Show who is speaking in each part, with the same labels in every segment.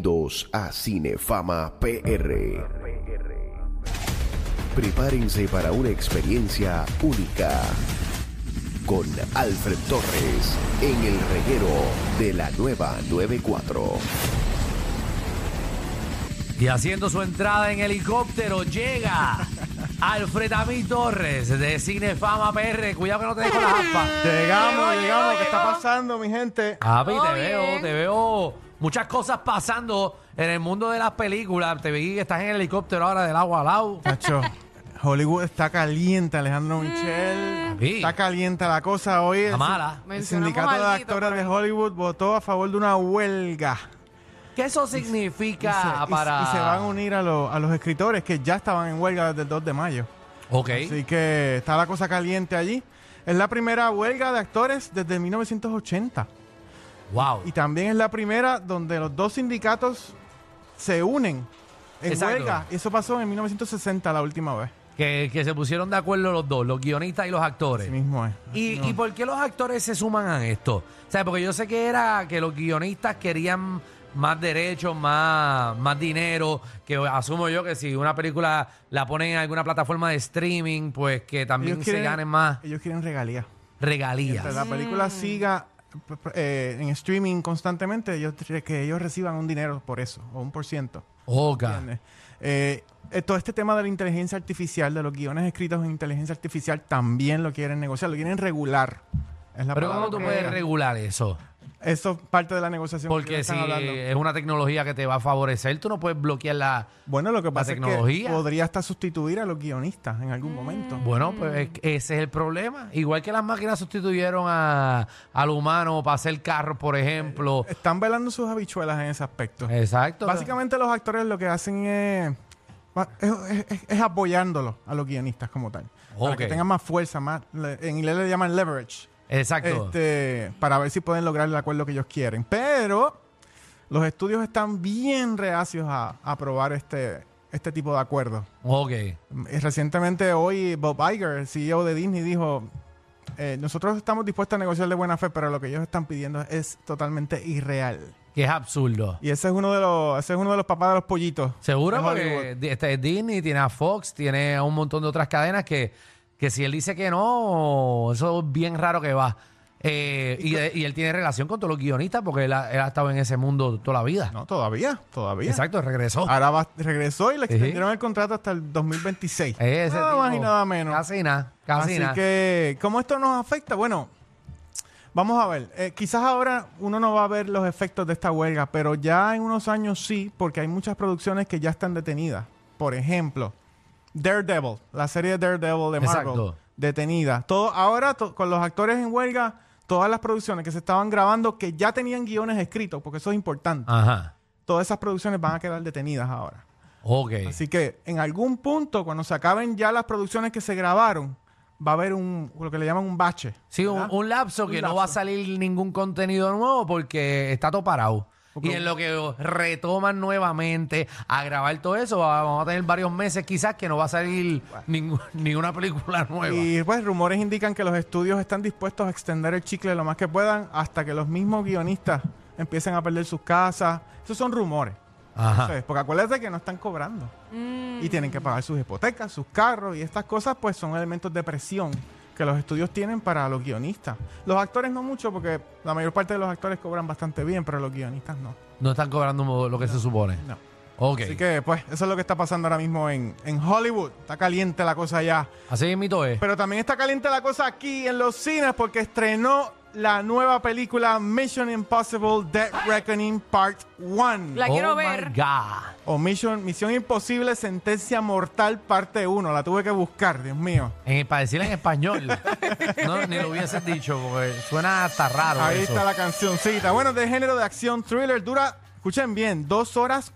Speaker 1: Bienvenidos a Cinefama PR. Prepárense para una experiencia única con Alfred Torres en el reguero de la nueva 94.
Speaker 2: Y haciendo su entrada en helicóptero llega Alfred Ami Torres de Cinefama PR. Cuidado que no te dejo la aspa.
Speaker 3: Llegamos,
Speaker 4: Llegó,
Speaker 3: llegamos. ¿Qué
Speaker 4: llegó,
Speaker 3: está
Speaker 4: llegó.
Speaker 3: pasando, mi gente?
Speaker 2: Papi,
Speaker 4: Todo
Speaker 2: te veo,
Speaker 4: bien.
Speaker 2: te veo muchas cosas pasando en el mundo de las películas. Te vi que estás en el helicóptero ahora del agua al agua.
Speaker 3: Nacho, Hollywood está caliente, Alejandro Michel.
Speaker 2: Papi.
Speaker 3: Está caliente la cosa hoy.
Speaker 2: La
Speaker 3: El-
Speaker 2: mala.
Speaker 3: El
Speaker 4: Mencionamos
Speaker 3: sindicato de
Speaker 4: maldito
Speaker 3: actores
Speaker 4: por ahí.
Speaker 3: de Hollywood votó a favor de una huelga.
Speaker 2: ¿Qué eso
Speaker 3: Y se,
Speaker 2: significa
Speaker 3: y se-
Speaker 2: para...?
Speaker 3: y se van a unir a, los- a los escritores que ya estaban en huelga desde el 2 de mayo.
Speaker 2: Ok.
Speaker 3: Así que está la cosa caliente allí. Es la primera huelga de actores desde 1980.
Speaker 2: Wow.
Speaker 3: Y también es la primera donde los dos sindicatos se unen en
Speaker 2: Exacto.
Speaker 3: huelga. Eso pasó en 1960 la última vez.
Speaker 2: Que, que se pusieron de acuerdo los dos, los guionistas y los actores.
Speaker 3: Así mismo es.
Speaker 2: ¿Y, y por qué los actores se suman a esto? O sea, porque yo sé que era que los guionistas querían más derechos, más, más dinero, que asumo yo que si una película la ponen en alguna plataforma de streaming, pues que también se ganen más
Speaker 3: ellos quieren regalías.
Speaker 2: regalías.
Speaker 3: Mientras la película siga p- p- eh, en streaming constantemente, ellos, re- que ellos reciban un dinero por eso, o un por ciento.
Speaker 2: Ok.
Speaker 3: ¿entiendes? Eh, eh, todo este tema de la inteligencia artificial, de los guiones escritos en inteligencia artificial, también lo quieren negociar, lo quieren regular. Es la
Speaker 2: Pero
Speaker 3: palabra
Speaker 2: ¿cómo tú
Speaker 3: que
Speaker 2: puedes
Speaker 3: digan.
Speaker 2: regular eso?
Speaker 3: Eso es parte de la negociación. que
Speaker 2: Porque
Speaker 3: ellos
Speaker 2: si
Speaker 3: están hablando.
Speaker 2: es una tecnología que te va a favorecer, tú no puedes bloquear la...
Speaker 3: Bueno, lo que
Speaker 2: la
Speaker 3: pasa es que
Speaker 2: tecnología.
Speaker 3: podría hasta sustituir a los guionistas en algún momento.
Speaker 2: Bueno,
Speaker 3: Mm.
Speaker 2: pues es que ese es el problema. Igual que las máquinas sustituyeron a, al humano para hacer carros, por ejemplo.
Speaker 3: Están velando sus habichuelas en ese aspecto.
Speaker 2: Exacto.
Speaker 3: Básicamente los actores lo que hacen es, es, es- es apoyándolo a los guionistas como tal. Para
Speaker 2: Ok.
Speaker 3: que tengan más fuerza, más le- en inglés le llaman leverage.
Speaker 2: Exacto.
Speaker 3: Este, para ver si pueden lograr el acuerdo que ellos quieren. Pero los estudios están bien reacios a, a aprobar este, este tipo de acuerdos.
Speaker 2: Ok.
Speaker 3: Eh, Recientemente hoy Bob Iger, el CEO de Disney, dijo, eh, nosotros estamos dispuestos a negociar de buena fe, pero lo que ellos están pidiendo es totalmente irreal.
Speaker 2: Que es absurdo.
Speaker 3: Y ese es uno de los, ese es uno de los papás de los pollitos.
Speaker 2: Seguro
Speaker 3: en
Speaker 2: porque
Speaker 3: Hollywood.
Speaker 2: di- este, Disney tiene a Fox, tiene a un montón de otras cadenas que, que si él dice que no, eso es bien raro que va. Eh, y, de- y él tiene relación con todos los guionistas porque él ha, él ha estado en ese mundo toda la vida.
Speaker 3: No, Ah, todavía, todavía.
Speaker 2: Exacto, regresó.
Speaker 3: Ahora va- regresó y le
Speaker 2: Ujú.
Speaker 3: extendieron el contrato hasta el 2026.
Speaker 2: Eh, Ese
Speaker 3: nada más y
Speaker 2: tipo,
Speaker 3: nada menos.
Speaker 2: Casi nada, casi
Speaker 3: Así
Speaker 2: nada.
Speaker 3: que, ¿cómo esto nos afecta? Bueno, vamos a ver. Eh, quizás ahora uno no va a ver los efectos de esta huelga, pero ya en unos años sí, porque hay muchas producciones que ya están detenidas. Por ejemplo, Daredevil, la serie de Daredevil de Marvel,
Speaker 2: Exacto.
Speaker 3: detenida. Todo, ahora, to- con los actores en huelga, todas las producciones que se estaban grabando, que ya tenían guiones escritos, porque eso es importante,
Speaker 2: Ajá.
Speaker 3: todas esas producciones van a quedar detenidas ahora.
Speaker 2: Ok.
Speaker 3: Así que en algún punto, cuando se acaben ya las producciones que se grabaron, va a haber un, lo que le llaman un bache.
Speaker 2: Sí, un,
Speaker 3: ¿verdad?
Speaker 2: un lapso
Speaker 3: Un
Speaker 2: que no va a
Speaker 3: lapso.
Speaker 2: salir ningún contenido nuevo porque está todo parado.
Speaker 3: Porque-
Speaker 2: Y en lo que retoman nuevamente a grabar todo eso, va- vamos a tener varios meses quizás que no va a salir ningún- ninguna película nueva.
Speaker 3: Y pues rumores indican que los estudios están dispuestos a extender el chicle lo más que puedan hasta que los mismos guionistas empiecen a perder sus casas. Esos son rumores.
Speaker 2: Ajá.
Speaker 3: ¿sabes? Porque acuérdate que no están cobrando. Y tienen que pagar sus hipotecas, sus carros y estas cosas pues son elementos de presión que los estudios tienen para los guionistas. Los actores no mucho porque la mayor parte de los actores cobran bastante bien, pero los guionistas no.
Speaker 2: No están cobrando lo que se supone.
Speaker 3: No.
Speaker 2: Ok.
Speaker 3: Así que, pues, eso es lo que está pasando ahora mismo en, en Hollywood. Está caliente la cosa allá.
Speaker 2: Así mito es.
Speaker 3: Pero también está caliente la cosa aquí en los cines porque estrenó la nueva película Mission Impossible Dead Reckoning Part 1.
Speaker 4: La quiero
Speaker 2: Oh my
Speaker 4: ver.
Speaker 2: God.
Speaker 3: O Mission, Misión Imposible Sentencia Mortal Parte 1. La tuve que buscar, Dios mío.
Speaker 2: En- para decirlo en español. no, ni lo hubiese dicho porque suena hasta raro.
Speaker 3: Ahí
Speaker 2: eso.
Speaker 3: está la cancioncita. Bueno, de género de acción thriller dura, escuchen bien, 2 horas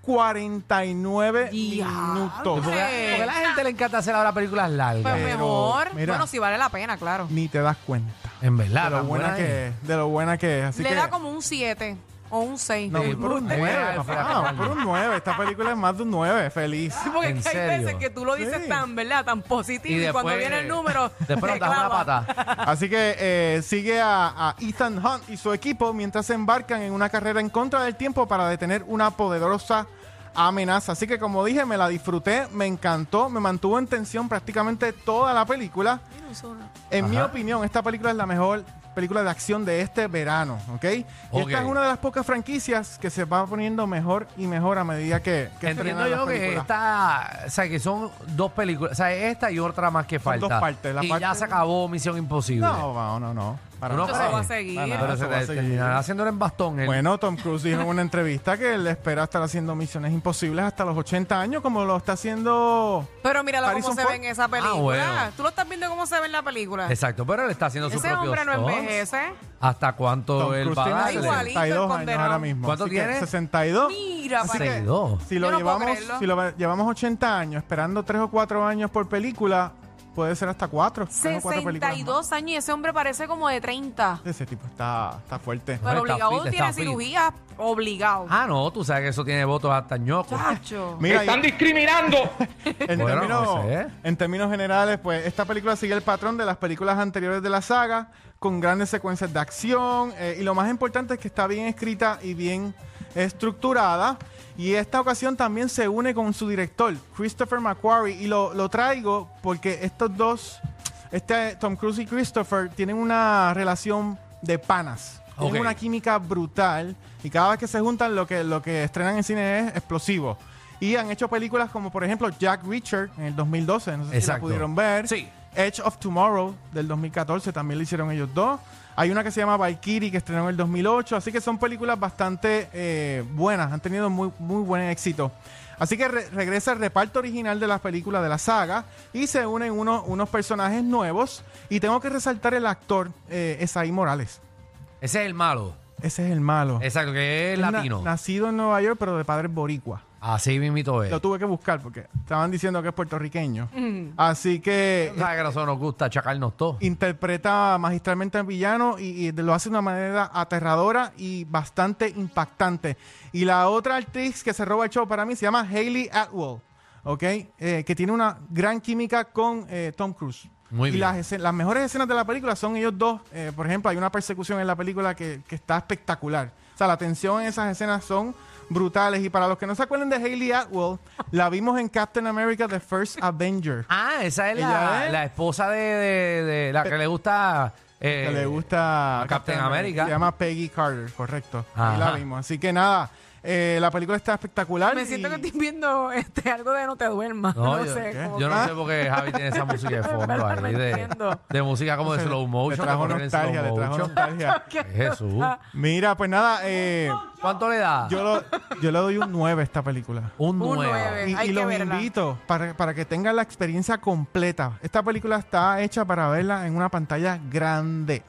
Speaker 3: 49 minutos.
Speaker 2: Porque, porque a la gente le encanta hacer ahora películas largas.
Speaker 4: Pues
Speaker 3: Pero,
Speaker 4: mejor.
Speaker 3: mira.
Speaker 4: bueno, si vale la pena, claro.
Speaker 3: Ni te das cuenta.
Speaker 2: en verdad,
Speaker 3: de lo
Speaker 2: tan
Speaker 3: buena que
Speaker 2: es.
Speaker 3: es, de lo buena que es. Así
Speaker 4: Le
Speaker 3: que,
Speaker 4: da como un 7 o o un 6.
Speaker 3: No,
Speaker 2: Sí,
Speaker 3: voy por un
Speaker 2: eh,
Speaker 3: 9,
Speaker 2: eh,
Speaker 3: papá. voy por un 9. Esta película es más de un 9, feliz.
Speaker 4: Sí, porque
Speaker 2: ¿En
Speaker 4: hay
Speaker 2: serio?
Speaker 4: veces que tú lo dices
Speaker 3: Sí.
Speaker 4: tan, ¿verdad? Tan positivo y, cuando viene el número.
Speaker 2: Después nos
Speaker 4: te
Speaker 2: das una
Speaker 4: clava.
Speaker 2: pata.
Speaker 3: Así que eh, sigue a, a Ethan Hunt y su equipo mientras se embarcan en una carrera en contra del tiempo para detener una poderosa amenaza. Así que como dije, me la disfruté, me encantó, me mantuvo en tensión prácticamente toda la película.
Speaker 4: Mira, es una-
Speaker 3: En mi
Speaker 2: Ajá.
Speaker 3: opinión, esta película es la mejor película de acción de este verano, ¿ok? Y
Speaker 2: Ok.
Speaker 3: esta es una de las pocas franquicias que se va poniendo mejor y mejor a medida que, que
Speaker 2: Entiendo
Speaker 3: estrenan las
Speaker 2: yo que
Speaker 3: películas.
Speaker 2: esta, o sea, que son dos películas, o sea, esta y otra más que
Speaker 3: Son
Speaker 2: falta.
Speaker 3: dos partes, la
Speaker 2: y ya
Speaker 3: parte-
Speaker 2: se acabó Misión Imposible.
Speaker 3: No, no, no, no. Para
Speaker 2: No
Speaker 3: nada.
Speaker 4: Eso va a
Speaker 2: crees.
Speaker 4: seguir.
Speaker 3: Para nada,
Speaker 2: pero
Speaker 3: eso
Speaker 2: se
Speaker 3: va a
Speaker 2: te-
Speaker 3: seguir.
Speaker 2: terminará haciéndolo en bastón. él.
Speaker 3: Bueno, Tom Cruise dijo en una entrevista que él espera estar haciendo misiones imposibles hasta los 80 años, como lo está haciendo.
Speaker 4: Pero míralo
Speaker 3: Harrison
Speaker 4: cómo se
Speaker 3: Ford.
Speaker 4: ve en esa película.
Speaker 2: Ah, bueno.
Speaker 4: Tú lo estás viendo cómo se ve en la película.
Speaker 2: Exacto, pero él está haciendo su
Speaker 4: Ese
Speaker 2: propio
Speaker 4: hombre no
Speaker 2: stunts.
Speaker 4: envejece.
Speaker 2: ¿Hasta cuánto
Speaker 3: Tom
Speaker 2: él
Speaker 3: Cruise
Speaker 2: va a
Speaker 3: tiene
Speaker 4: Da
Speaker 2: darle?
Speaker 4: igual.
Speaker 3: 62 años
Speaker 4: condenado.
Speaker 3: ahora mismo.
Speaker 2: ¿Cuánto
Speaker 3: Así que
Speaker 2: tiene?
Speaker 3: 62.
Speaker 4: Mira,
Speaker 3: Así
Speaker 4: para
Speaker 3: que-
Speaker 4: allá.
Speaker 2: Seguidor.
Speaker 3: Si lo,
Speaker 4: Yo no puedo
Speaker 3: llevamos,
Speaker 4: creerlo.
Speaker 3: si lo va- llevamos 80 años esperando 3 o 4 años por película, puede ser hasta 4.
Speaker 4: 62 años y ese hombre parece como de 30.
Speaker 3: Ese tipo está, está fuerte.
Speaker 4: Pero
Speaker 2: está
Speaker 4: obligado
Speaker 2: fit,
Speaker 4: tiene
Speaker 2: está fit.
Speaker 4: cirugía, obligado.
Speaker 2: Ah, no, tú sabes que eso tiene votos hasta ñoco.
Speaker 4: Chacho.
Speaker 3: Mira, y-
Speaker 5: ¡Están discriminando!
Speaker 3: En,
Speaker 2: Bueno,
Speaker 3: términos,
Speaker 2: no sé.
Speaker 3: en términos generales, pues esta película sigue el patrón de las películas anteriores de la saga, con grandes secuencias de acción, eh, y lo más importante es que está bien escrita y bien estructurada. Y esta ocasión también se une con su director, Christopher McQuarrie, y lo, lo traigo porque estos dos, este Tom Cruise y Christopher, tienen una relación de panas. Tienen
Speaker 2: Ok.
Speaker 3: una química brutal y cada vez que se juntan lo que, lo que estrenan en cine es explosivo. Y han hecho películas como por ejemplo Jack Richard en el 2012, no sé si la
Speaker 2: Exacto.
Speaker 3: pudieron ver.
Speaker 2: Sí.
Speaker 3: Edge of Tomorrow del 2014 también lo hicieron ellos dos. Hay una que se llama Valkyrie que estrenó en el 2008, así que son películas bastante eh, buenas, han tenido muy, muy buen éxito. Así que re- regresa el reparto original de las películas de la saga y se unen uno- unos personajes nuevos. Y tengo que resaltar el actor eh, Esaí Morales.
Speaker 2: Ese es el malo.
Speaker 3: Ese es el malo.
Speaker 2: Exacto, que es
Speaker 3: Es na-
Speaker 2: latino.
Speaker 3: nacido en Nueva York, pero de padres boricua.
Speaker 2: Así mismito es.
Speaker 3: Lo tuve que buscar porque estaban diciendo que es puertorriqueño. Así que
Speaker 2: Tú sabes que a nosotros nos gusta chacarnos todos.
Speaker 3: interpreta magistralmente al villano y, y lo hace de una manera aterradora y bastante impactante. Y la otra actriz que se roba el show para mí se llama Hayley Atwell, ¿ok? Eh, que tiene una gran química con eh, Tom Cruise.
Speaker 2: Muy
Speaker 3: y
Speaker 2: bien.
Speaker 3: Las, escen- las mejores escenas de la película son ellos dos. Eh, por ejemplo, hay una persecución en la película que, que está espectacular. O sea, la tensión en esas escenas son brutales. Y para los que no se acuerden de Hayley Atwell, la vimos en Captain America The First Avenger.
Speaker 2: Ah, esa es
Speaker 3: Ella
Speaker 2: la,
Speaker 3: es-
Speaker 2: la esposa de, de- de la que le gusta. eh,
Speaker 3: que le gusta
Speaker 2: a Captain America.
Speaker 3: Se llama Peggy Carter, correcto. Ahí la
Speaker 2: Ajá.
Speaker 3: vimos. Así que nada, eh, la película está espectacular.
Speaker 4: Me siento
Speaker 3: y-
Speaker 4: que estoy viendo este, algo de No te duermas. No,
Speaker 2: No, yo,
Speaker 4: sé.
Speaker 2: ¿qué?
Speaker 4: como
Speaker 2: yo
Speaker 4: que-
Speaker 2: no sé por qué Javi tiene esa música de fondo
Speaker 4: verdad, no
Speaker 2: ahí, de,
Speaker 4: entiendo.
Speaker 2: de música como de slow
Speaker 3: Le
Speaker 2: motion. que
Speaker 3: trajo
Speaker 2: ponen en
Speaker 3: nostalgia, le
Speaker 2: slow
Speaker 3: trajo
Speaker 2: motion.
Speaker 3: nostalgia.
Speaker 2: Jesús.
Speaker 3: Mira, pues nada, eh,
Speaker 2: ¿Cuánto le da?
Speaker 3: yo, lo- yo le doy un 9 a esta película.
Speaker 2: un
Speaker 4: Un
Speaker 2: 9.
Speaker 4: nueve.
Speaker 3: Y,
Speaker 4: Hay
Speaker 3: y
Speaker 4: que
Speaker 3: los
Speaker 4: verla.
Speaker 3: invito para, para que tengan la experiencia completa. Esta película está hecha para verla en una pantalla grande.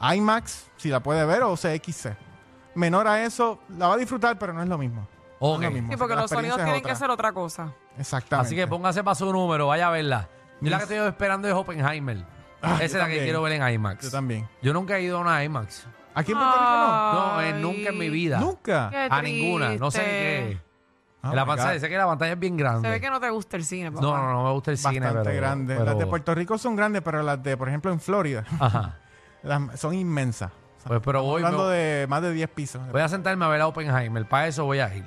Speaker 3: IMAX, si la puede ver, o CXC. Menor a eso, la va a disfrutar, pero no es lo mismo. No es
Speaker 2: Ok.
Speaker 3: lo mismo.
Speaker 4: Sí, porque
Speaker 3: La
Speaker 4: los sonidos
Speaker 3: experiencia es
Speaker 4: tienen
Speaker 3: otra.
Speaker 4: que ser otra cosa.
Speaker 3: Exactamente.
Speaker 2: Así que póngase para su número, vaya a verla. Yo la que estoy esperando es Oppenheimer. Esa
Speaker 3: Ah, yo
Speaker 2: es la que
Speaker 3: también.
Speaker 2: quiero ver en IMAX.
Speaker 3: Yo también.
Speaker 2: Yo nunca he ido a una IMAX.
Speaker 3: ¿Aquí en Puerto Rico no?
Speaker 2: No, eh,
Speaker 4: Ay,
Speaker 2: nunca en mi vida.
Speaker 3: Nunca.
Speaker 4: qué
Speaker 2: A ninguna. No sé ni qué.
Speaker 4: triste.
Speaker 3: Ah,
Speaker 2: la
Speaker 3: my God.
Speaker 2: pantalla, sé que la pantalla es bien grande.
Speaker 4: Se ve que no te gusta el cine, papá.
Speaker 2: no, no, no me gusta el cine.
Speaker 3: Bastante
Speaker 2: pero-
Speaker 3: grande.
Speaker 2: pero-
Speaker 3: Las de Puerto Rico son grandes, pero las de, por ejemplo, en Florida,
Speaker 2: Ajá.
Speaker 3: las son inmensas.
Speaker 2: Pues, pero voy,
Speaker 3: Hablando
Speaker 2: me- Pues
Speaker 3: de más de 10 pisos.
Speaker 2: voy a sentarme a ver a Oppenheimer. Para eso voy a ir.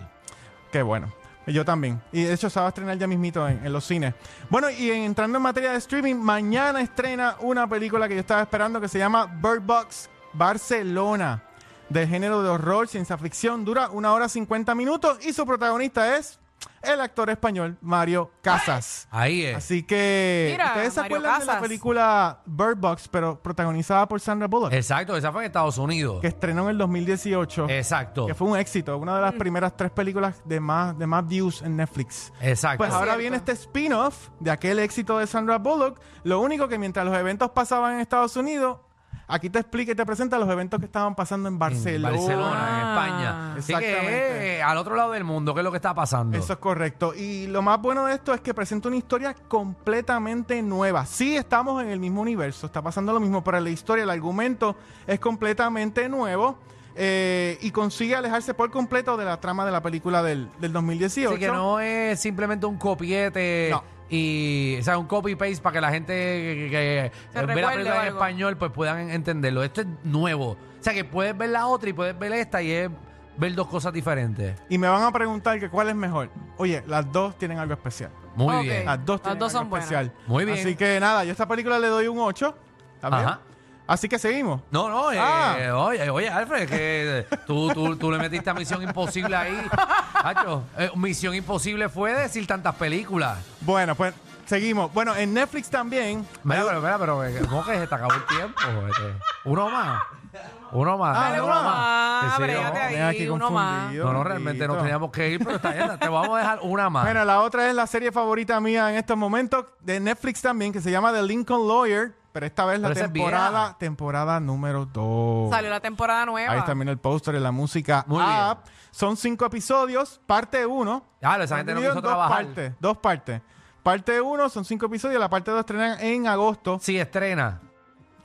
Speaker 3: Qué bueno. Yo también. Y de hecho se va a estrenar ya mismito en, en los cines. Bueno, y entrando en materia de streaming, mañana estrena una película que yo estaba esperando que se llama Bird Box Barcelona. Del género de horror, ciencia ficción, dura una hora 50 minutos y su protagonista es el actor español Mario Casas.
Speaker 2: Ahí es.
Speaker 3: Así que
Speaker 4: Mira,
Speaker 3: ustedes se
Speaker 4: Mario
Speaker 3: acuerdan de la
Speaker 4: Casas.
Speaker 3: película Bird Box, pero protagonizada por Sandra Bullock,
Speaker 2: Exacto, esa fue en Estados Unidos.
Speaker 3: que estrenó en el 2018,
Speaker 2: Exacto.
Speaker 3: que fue un éxito, una de
Speaker 4: Mm.
Speaker 3: las primeras tres películas de más de más views en Netflix.
Speaker 2: Exacto.
Speaker 3: Pues ahora
Speaker 4: Cierto.
Speaker 3: viene este spin-off de aquel éxito de Sandra Bullock. Lo único que mientras los eventos pasaban en Estados Unidos, aquí te explica y te presenta los eventos que estaban pasando en
Speaker 2: en
Speaker 3: Barcelona.
Speaker 2: Barcelona, en España.
Speaker 4: Ah.
Speaker 2: Así que,
Speaker 3: Exactamente.
Speaker 2: eh, al otro lado del mundo, ¿qué es lo que está pasando?
Speaker 3: Eso es correcto. Y lo más bueno de esto es que presenta una historia completamente nueva. Sí, estamos en el mismo universo, está pasando lo mismo, pero la historia, el argumento es completamente nuevo. eh, y consigue alejarse por completo de la trama de la película del, del 2018.
Speaker 2: Así que no es simplemente un copiete
Speaker 3: No.
Speaker 2: y, o sea, un copy-paste para que la gente que, que-
Speaker 4: Se
Speaker 2: que ve
Speaker 4: recuerde
Speaker 2: la película en
Speaker 4: algo.
Speaker 2: español pues puedan entenderlo. Esto es nuevo. O sea, que puedes ver la otra y puedes ver esta y es ver dos cosas diferentes.
Speaker 3: Y me van a preguntar que cuál es mejor. Oye, las dos tienen algo especial.
Speaker 2: Muy
Speaker 4: Ok.
Speaker 2: bien.
Speaker 3: Las dos
Speaker 4: Las
Speaker 3: tienen
Speaker 4: dos
Speaker 3: algo
Speaker 4: son buenas.
Speaker 3: especial.
Speaker 2: Muy bien.
Speaker 3: Así que nada, yo a esta película le doy un 8. ¿Está bien?
Speaker 2: Ajá.
Speaker 3: Así que seguimos.
Speaker 2: No, no, eh,
Speaker 3: Ah.
Speaker 2: oye, oye, Alfred, que tú, tú, tú le metiste a Misión Imposible ahí. Hacho, eh, Misión Imposible fue decir tantas películas.
Speaker 3: Bueno, pues seguimos. Bueno, en Netflix también.
Speaker 2: Mira, pero, mira, pero, eh, ¿cómo que se te acabó el tiempo? Este, Uno más. Uno más.
Speaker 3: Ah,
Speaker 2: Dale,
Speaker 3: uno
Speaker 2: uno
Speaker 3: más.
Speaker 2: más.
Speaker 4: Ah,
Speaker 2: Que sí,
Speaker 4: brégate
Speaker 2: vamos.
Speaker 4: ahí,
Speaker 3: Ven aquí
Speaker 4: uno más.
Speaker 3: confundido,
Speaker 2: No, no, realmente nos
Speaker 3: bendito.
Speaker 2: teníamos que ir, pero está bien, te vamos a dejar una más.
Speaker 3: Bueno, la otra es la serie favorita mía en estos momentos de Netflix también, que se llama The Lincoln Lawyer, pero esta vez la
Speaker 2: Pero esa es
Speaker 3: temporada,
Speaker 2: vieja.
Speaker 3: temporada número 2.
Speaker 4: Salió la temporada nueva.
Speaker 3: Ahí también el póster y la música.
Speaker 2: Muy
Speaker 3: Ah, Son cinco episodios, parte uno.
Speaker 2: Claro, esa gente no
Speaker 3: Dividido en
Speaker 2: quiso
Speaker 3: dos
Speaker 2: trabajar.
Speaker 3: Partes, dos partes. Parte uno son cinco episodios, la parte dos estrenan en agosto.
Speaker 2: Sí, estrena.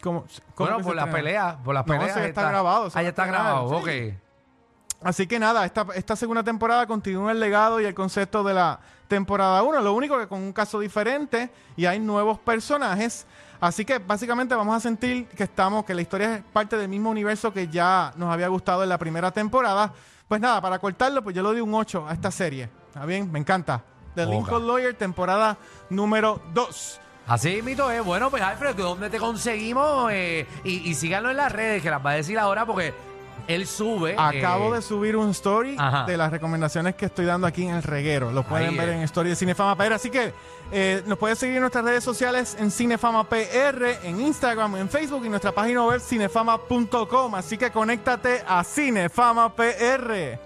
Speaker 3: Como,
Speaker 2: Bueno, por las peleas, por las
Speaker 3: No,
Speaker 2: peleas.
Speaker 3: eso ya
Speaker 2: ahí
Speaker 3: está grabado, eso
Speaker 2: Ahí
Speaker 3: va a
Speaker 2: está
Speaker 3: estrenar,
Speaker 2: grabado,
Speaker 3: sí.
Speaker 2: ok.
Speaker 3: Así que nada, esta, esta segunda temporada continúa el legado y el concepto de la temporada 1. Lo único que con un caso diferente y hay nuevos personajes. Así que básicamente vamos a sentir que estamos, que la historia es parte del mismo universo que ya nos había gustado en la primera temporada. Pues nada, para cortarlo, pues yo le doy un 8 a esta serie. ¿Está bien? Me encanta. The
Speaker 2: Ok.
Speaker 3: Lincoln Lawyer, temporada número 2.
Speaker 2: Así mito es. Bueno, pues Alfred, ¿dónde te conseguimos? Eh, y, y síganlo en las redes, que las va a decir ahora porque él sube.
Speaker 3: Acabo
Speaker 2: eh,
Speaker 3: de subir un story
Speaker 2: Ajá.
Speaker 3: de las recomendaciones que estoy dando aquí en el reguero. Lo pueden
Speaker 2: Ahí
Speaker 3: ver
Speaker 2: es.
Speaker 3: en Story de Cinefama PR. Así que eh, nos pueden seguir en nuestras redes sociales en Cinefama PR, en Instagram, en Facebook y nuestra página web cinefama.com. Así que conéctate a Cinefama PR.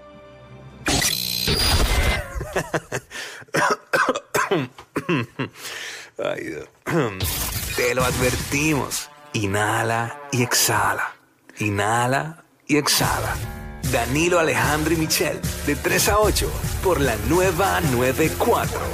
Speaker 5: Ay, Dios. Te lo advertimos. Inhala y exhala. Inhala y exhala. Danilo Alejandro y Michel, de 3 a 8, por la nueva 94.